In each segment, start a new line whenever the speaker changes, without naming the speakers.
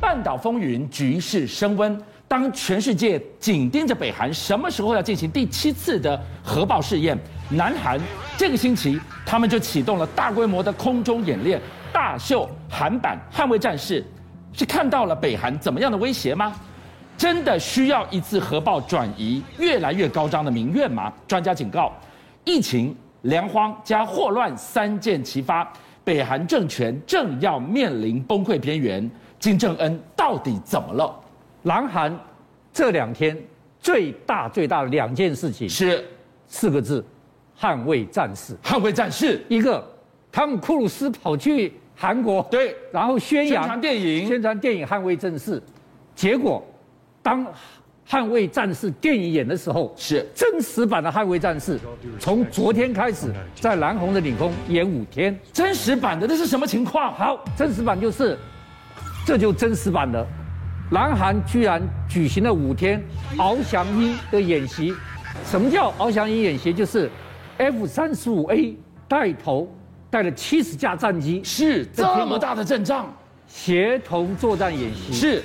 半岛风云局势升温。当全世界紧盯着北韩什么时候要进行第七次的核爆试验，南韩这个星期他们就启动了大规模的空中演练，大秀韩版捍卫战士，是看到了北韩怎么样的威胁吗？真的需要一次核爆转移越来越高涨的民怨吗？专家警告，疫情、粮荒加霍乱三箭齐发，北韩政权正要面临崩溃边缘。金正恩到底怎么了？
南韩这两天最大最大的两件事情
是
四个字：捍卫战士。
捍卫战士，
一个，汤姆·库鲁斯跑去韩国，
对
然后宣扬
宣传电影
宣传电影《捍卫战士》，结果当《捍卫战士》电影演的时候，
是
真实版的《捍卫战士》，从昨天开始在蓝红的领空演五天。
真实版的，那是什么情况？
好，真实版就是，这就真实版了。南韩居然举行了五天翱翔鹰的演习。什么叫翱翔鹰演习？就是 F 三十五 A 带头带了七十架战机，
是这
这题目
么大的阵仗，
协同作战演习，
是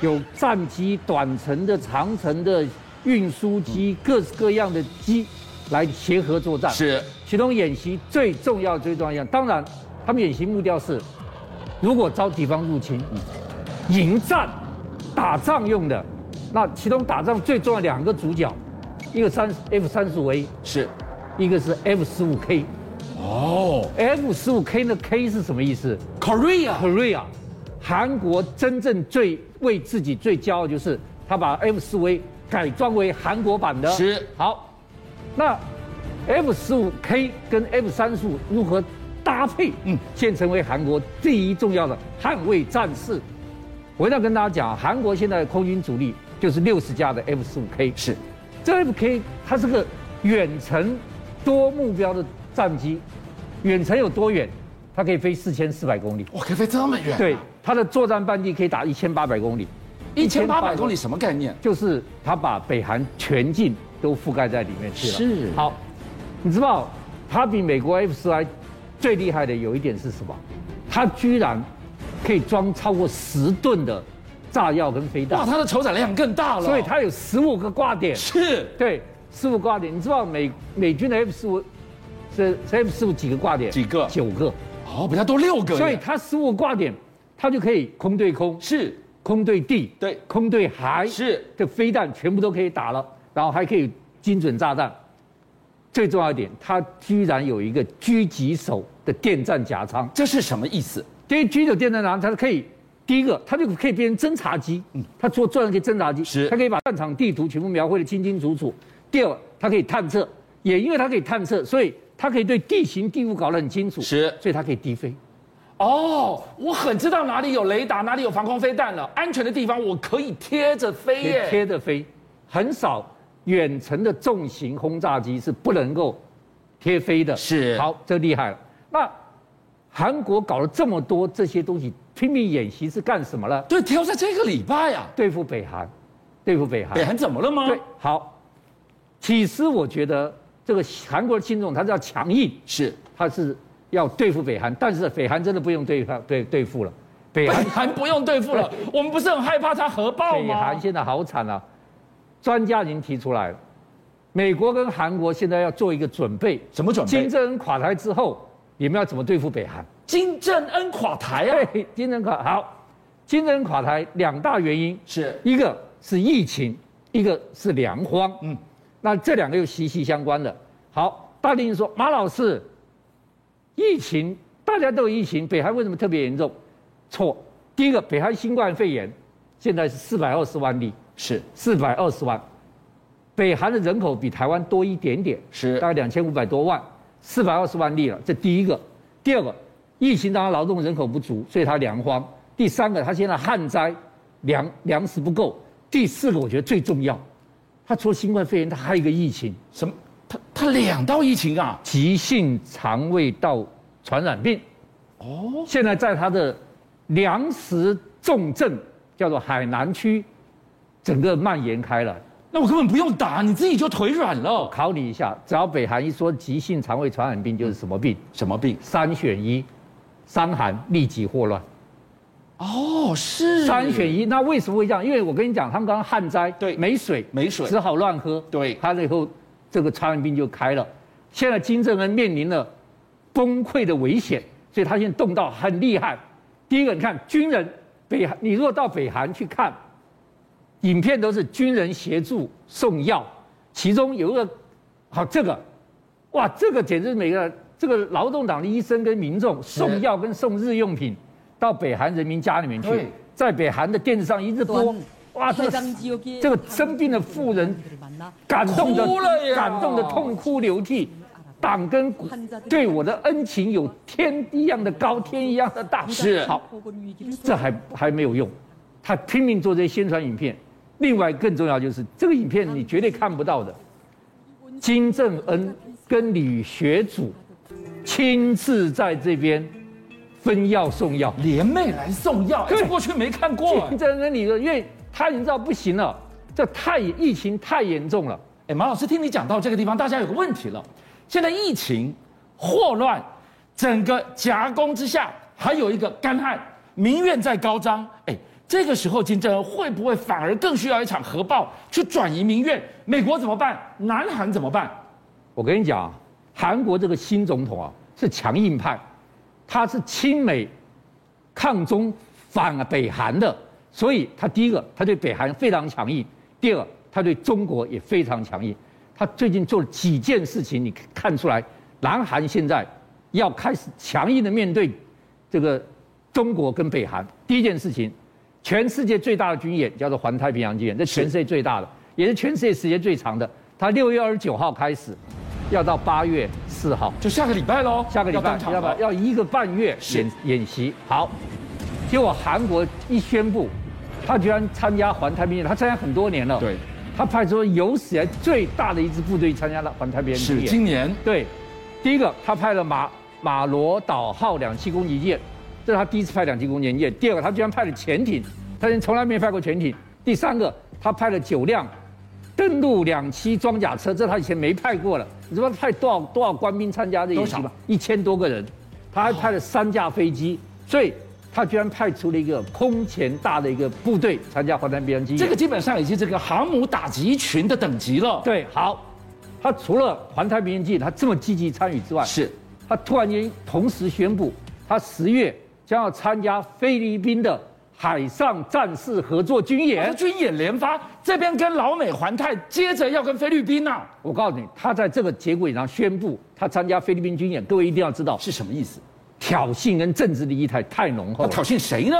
有战机、短程的、长程的运输机，各式各样的机来协合作战。
是
其中演习最重要、最重要，当然，他们演习目标是，如果遭敌方入侵，迎战、打仗用的。那其中打仗最重要两个主角，一个三 F 三十五 A，
是，
一个是 F 十五 K。
哦
F 十五 K 的 K 是什么意思
，Korea
？Korea，韩国真正最为自己最骄傲就是他把 F 十五 A 改装为韩国版的。
是
好，那 F 十五 K 跟 F 三十五如何搭配？
嗯
嗯，现成为韩国第一重要的捍卫战士。我要跟大家讲，啊韩国现在的空军主力就是六十架的 F 十五 K。
是
这 F K 它是个远程多目标的战机，远程有多远？它可以飞四千四百公里。
哇，可以飞这么远、
对，，它的作战半径可以达一千八百公里，
一千八百公里什么概念？
就是它把北韩全境都覆盖在里面去了。
是
好，你知道它比美国 F 十 I 最厉害的有一点是什么？它居然可以装超过十吨的炸药跟飞
哇，
弹，
它的筹展量更大了，
所以它有十五个挂点。
是
对，十五挂点，你知道美美军的 F 十五是是 F 十五几个挂点？
几个
九个。
哦，比它多六个耶，
所以它十五挂点，它就可以空对空、
是
空对地、
对
空对海，
是
这飞弹全部都可以打了，然后还可以精准炸弹。最重要一点，它居然有一个狙击手的电战夹舱。
这是什么意思？
对于狙击手电战夹舱，它是可以第一个，它就可以变成侦察机。嗯，它做作战可以侦察机，
是
它可以把战场地图全部描绘的清清楚楚。第二，它可以探测，也因为它可以探测，所以它可以对地形地物搞得很清楚。
是
所以它可以低飞。
哦，我很知道哪里有雷达，哪里有防空飞弹了，安全的地方我可以贴着飞
贴
耶，
贴着飞，很少远程的重型轰炸机是不能够贴飞的。
是
好，这厉害了。那韩国搞了这么多这些东西，拼命演习是干什么呢？
对，挑在这个礼拜啊，
对付北韩，对付北韩。
北韩怎么了吗？
对，好。其实我觉得这个韩国的亲众他是要强硬，
是
他是要对付北韩，但是北韩真的不用对付对对付了，北
北
韩
韩哎不用对付了，我们不是很害怕它核爆
北
吗
韩？现在好惨啊！专家已经提出来了，美国跟韩国现在要做一个准备。啊
什么准备
金正恩垮台之后，你们要怎么对付北韩？
金正恩垮台啊，
对，金正恩垮好，金正恩垮台两大原因，
是
一个是疫情，一个是粮荒。
嗯
嗯，那这两个又息息相关的。好，大令说马老师，疫情大家都有疫情，北韩为什么特别严重？错，第一个北韩新冠肺炎现在是四百二十万例。
是
四百二十万，北韩的人口比台湾多一点点，
是
大概两千五百多万，四百二十万例了，这第一个。第二个，疫情当然劳动人口不足，所以它粮荒。第三个，它现在旱灾，粮粮食不够。第四个，我觉得最重要，它除了新冠肺炎，它还有一个疫情，
什么？他他两道疫情啊？
急性肠胃道传染病。
哦，
现在在它的粮食重镇叫做海南区，整个蔓延开来。
那我根本不用打，你自己就腿软了。
考你一下，只要北韩一说急性肠胃传染病就是什么病？
什么病？
三选一，伤寒、痢疾、霍乱。
哦，是
三选一。那为什么会这样？因为我跟你讲，他们刚刚旱灾，
对
没水，
没水
只好乱喝。
对
喝了以后，这个传染病就开了。现在金正恩面临了崩溃的危险，所以他现在动到很厉害。第一个，你看军人，北韩，你如果到北韩去看，影片都是军人协助送药，其中有一个，好这个，哇，这个简直每个这个劳动党的医生跟民众送药跟送日用品到北韩人民家里面
对
去，在北韩的电视上一直播，哇，这个
해당지역의
这个生病的妇人
사람들을 만나
感动的
哭了呀
感动的痛哭流涕。党跟国对我的恩情有天一样的高，天一样的大。
是
好，
보건 위기를
这还还没有用，他拼命做这些宣传影片。另外更重要就是这个影片你绝对看不到的，金正恩跟李学祖亲自在这边分药送药。
联袂来送药，哎
对
这过去没看过。
金正恩李学，因为他已经知道不行了，这太疫情太严重了。
哎，马老师，听你讲到这个地方，大家有个问题了。现在疫情、霍乱，整个夹攻之下，还有一个干旱，民怨在高涨。哎，这个时候金正恩会不会反而更需要一场核爆去转移民怨？美国怎么办？南韩怎么办？
我跟你讲啊，韩国这个新总统啊是强硬派，他是亲美、抗中、反北韩的，所以他第一个他对北韩非常强硬，第二个他对中国也非常强硬。他最近做了几件事情，你看出来，南韩现在要开始强硬的面对这个中国跟北韩。第一件事情，全世界最大的军演叫做环太平洋军演，这全世界最大的，也是全世界时间最长的。它六月二十九号开始，要到八月四号，
就下个礼拜喽，
下个礼
要
拜
登场
要
了
不要一个半月
是
演演习？好，结果韩国一宣布，他居然参加环太平洋，他参加很多年了。
对，
他派出有史以来最大的一支部队参加了环太平洋军
是
演。
今年
对，第一个他派了马马罗岛号两栖攻击舰，这是他第一次派两栖攻击舰。第二个，他居然派了潜艇，他从来没派过潜艇。第三个，他派了九辆登陆两栖装甲车，这他以前没派过了。你知道他派多少多少官兵参加这演习
多少
吗？一千多个人，他还派了三架飞机，所以他居然派出了一个空前大的一个部队参加华南边军演。
这个基本上已经这个航母打击群的等级了。
嗯对，好，他除了环太平洋记他这么积极参与之外，
是
他突然间同时宣布，他十月将要参加菲律宾的海上战事合作军
联
演。
军演联发这边跟老美环太，接着要跟菲律宾呐、
我告诉你，他在这个节骨眼上宣布他参加菲律宾军演，各位一定要知道，
是什么意思？
挑衅跟政治的意态太浓厚
要
了。
挑衅谁呢？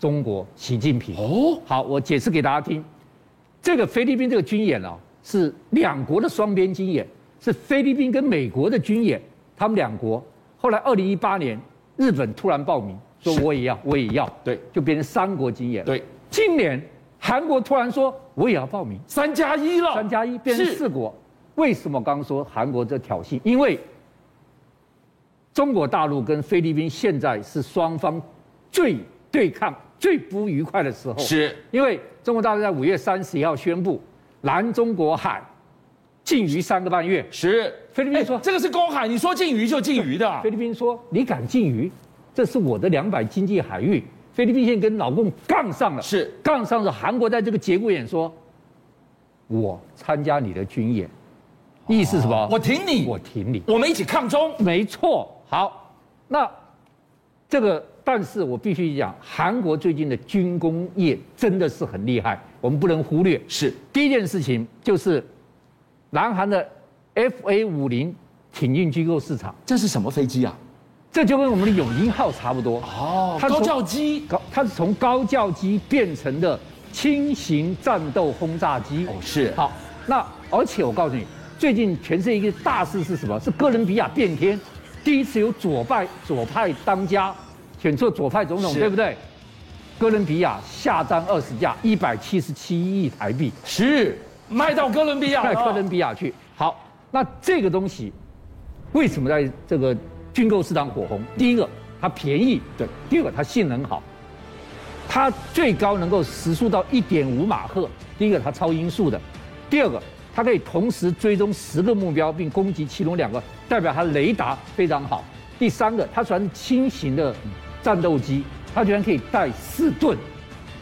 中国习近平。
哦，
好，我解释给大家听。这个菲律宾这个军演啊，是两国的双边军演，是菲律宾跟美国的军演，他们两国。后来二零一八年，日本突然报名说
是
我也要，我也要，
对
就变成三国军演了。
对，
今年韩国突然说我也要报名，
三加一了，
三加一变成
哦是
四国。为什么刚说韩国这挑衅？因为中国大陆跟菲律宾现在是双方最对抗、最不愉快的时候。
是
因为中国大陆在五月三十一号宣布南中国海禁渔三个半月，
是。
菲律宾说
哎这个是公海，你说禁渔就禁渔的啊、
菲律宾说你敢禁渔，这是我的两百经济海域。菲律宾现在跟老共杠上了，
是
杠上了。韩国在这个节骨眼说，我参加你的军演，意思是什么？
哦我挺你，
我挺你。
我们一起抗中。
没错，好，那这个，但是我必须讲，韩国最近的军工业真的是很厉害，我们不能忽略。
是
第一件事情就是，南韩的 F A 五零挺进机构市场，
这是什么飞机啊？
这就跟我们的永鹰号差不多。
哦，
它
高
从
教机。
高，它是从高教机变成的轻型战斗轰炸机。
哦是
好，那而且我告诉你，最近全世界一个大事是什么？是哥伦比亚变天，第一次有左派左派当家，选出左派总统，
是
对不对？哥伦比亚下单二十架，一百七十七亿台币，
是卖到哥伦比亚哦
在
了。
哥伦比亚去。好，那这个东西为什么在这个军购市场火红？第一个，它便宜；
对，
第二个，它性能好。它最高能够时速到一点五马赫，第一个它超音速的，第二个它可以同时追踪十个目标并攻击其中两个，代表它雷达非常好。第三个，它虽然是轻型的战斗机，它居然可以带四吨，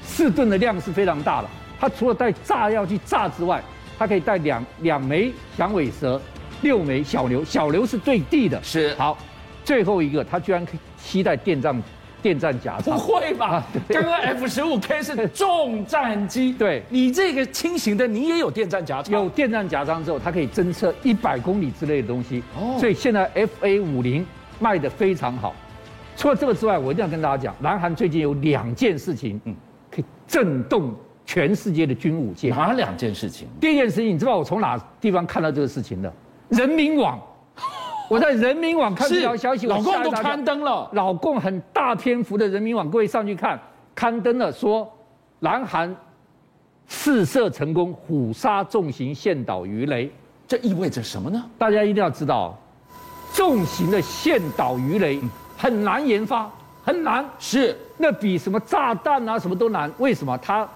四吨的量是非常大的。它除了带炸药去炸之外，它可以带两两枚响尾蛇，六枚小牛，小牛是最低的。
是
好，最后一个它居然可以携带电战电战夹
不
舱。
会吧
啊？对
刚刚 F 十五 K 是重战机，
对
你这个轻型的，你也有电战夹
有
舱，
电站夹舱之后，它可以侦测一百公里之类的东西。
哦
所以现在 F A 五零卖的非常好。除了这个之外，我一定要跟大家讲，南韩最近有两件事情，嗯，可以震动全世界的军武界。
哪两件事情？
第一件事情，你知道我从哪地方看到这个事情的？人民 网，我在人民网看这条消息，我
老
吓
共
一
都
大跳
刊登了，
老共很大篇幅的人民网，各位上去看，刊登了说，南韩试射成功，虎鲨重型陷岛鱼雷。
这意味着什么呢？
大家一定要知道，重型的陷岛鱼雷很难研发，很难，
是
那比什么炸弹啊什么都难。为什么？它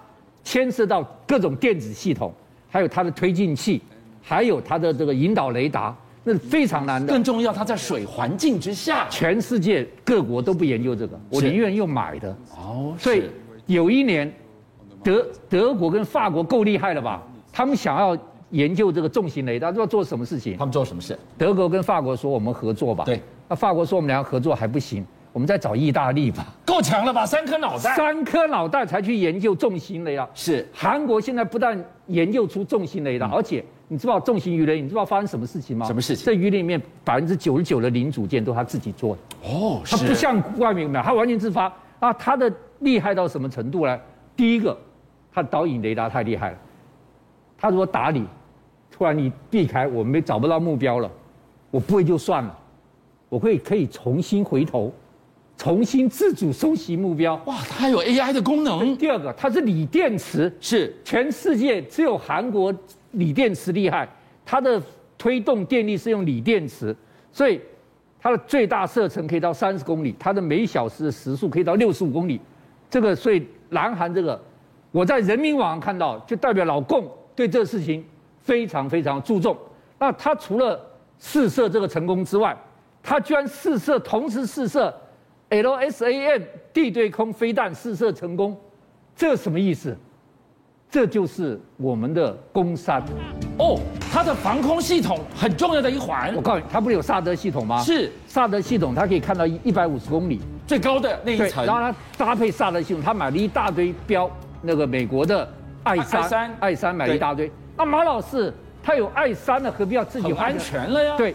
牵涉到各种电子系统，还有它的推进器，还有它的这个引导雷达，那是非常难的。
更重要，它在水环境之下。
全世界各国都不研究这个，我
是
宁愿用买的。
哦，
所以
是
有一年，德德国跟法国够厉害了吧？他们想要研究这个重型雷达，知道做什么事情
他？们做什么事？
德国跟法国说我们合作吧，
对，
那法国说我们俩合作还不行，我们再找意大利吧，
够强了吧？三颗脑袋
三颗脑袋才去研究重型雷达。
是
韩国现在不但研究出重型雷达，而且你知道重型鱼雷，你知道发生什么事情吗？
嗯什么事情
这鱼里面百分之九十九的零组件都是他自己做的。
哦，
它不像外面买，它完全自发啊！它的厉害到什么程度呢？第一个，它导引雷达太厉害了，它如果打你，突然你避开，我没找不到目标了，我不会就算了，我会可以重新回头，重新自主收集目标。
哇，它有 AI 的功能
第二个，它是锂电池，
嗯是
全世界只有韩国锂电池厉害，它的推动电力是用锂电池，所以它的最大射程可以到三十公里，它的每小时的时速可以到六十五公里。这个所以南韩这个，我在人民网上看到，就代表老共对这个事情非常非常注重。那他除了试射这个成功之外，他居然试射同时试射 LSAM 地对空飞弹试射成功，这什么意思？这就是我们的攻山。
哦，它的防空系统很重要的一环
我，告诉你，它不是有萨德系统吗？
是
萨德系统，它可以看到一百五十公里。
最高的那一层
然。后它搭配萨德系统，它买了一大堆标，那个美国的爱
爱爱
三
三，
爱三买了一大堆。那马老师他有爱三了，何必要自己
很
有
安？全了呀。
对，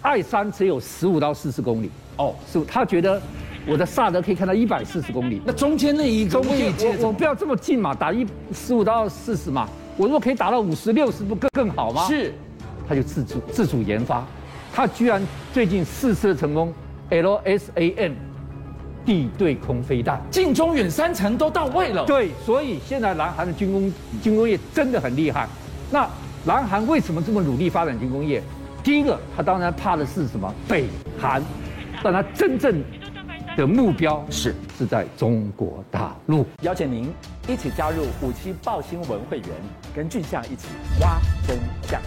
爱三只有十五到四十公里，
哦，
是他觉得我的萨德可以看到一百四十公里。
那中间那一个
中
位
间
置
我我不要这么近嘛，打一十五到四十嘛，我如果可以打到五十六十，不更更好吗？
是
他就自主自主研发，他居然最近试射成功 LSAM 地对空飞弹。
近中远三层都到位了。
对，所以现在南韩的军工军工业真的很厉害。那南韩为什么这么努力发展军工业？第一个，他当然怕的是什么？北韩，但他真正的目标
是
是在中国大陆。
邀请您一起加入五七报新闻会员，跟俊相一起挖真相。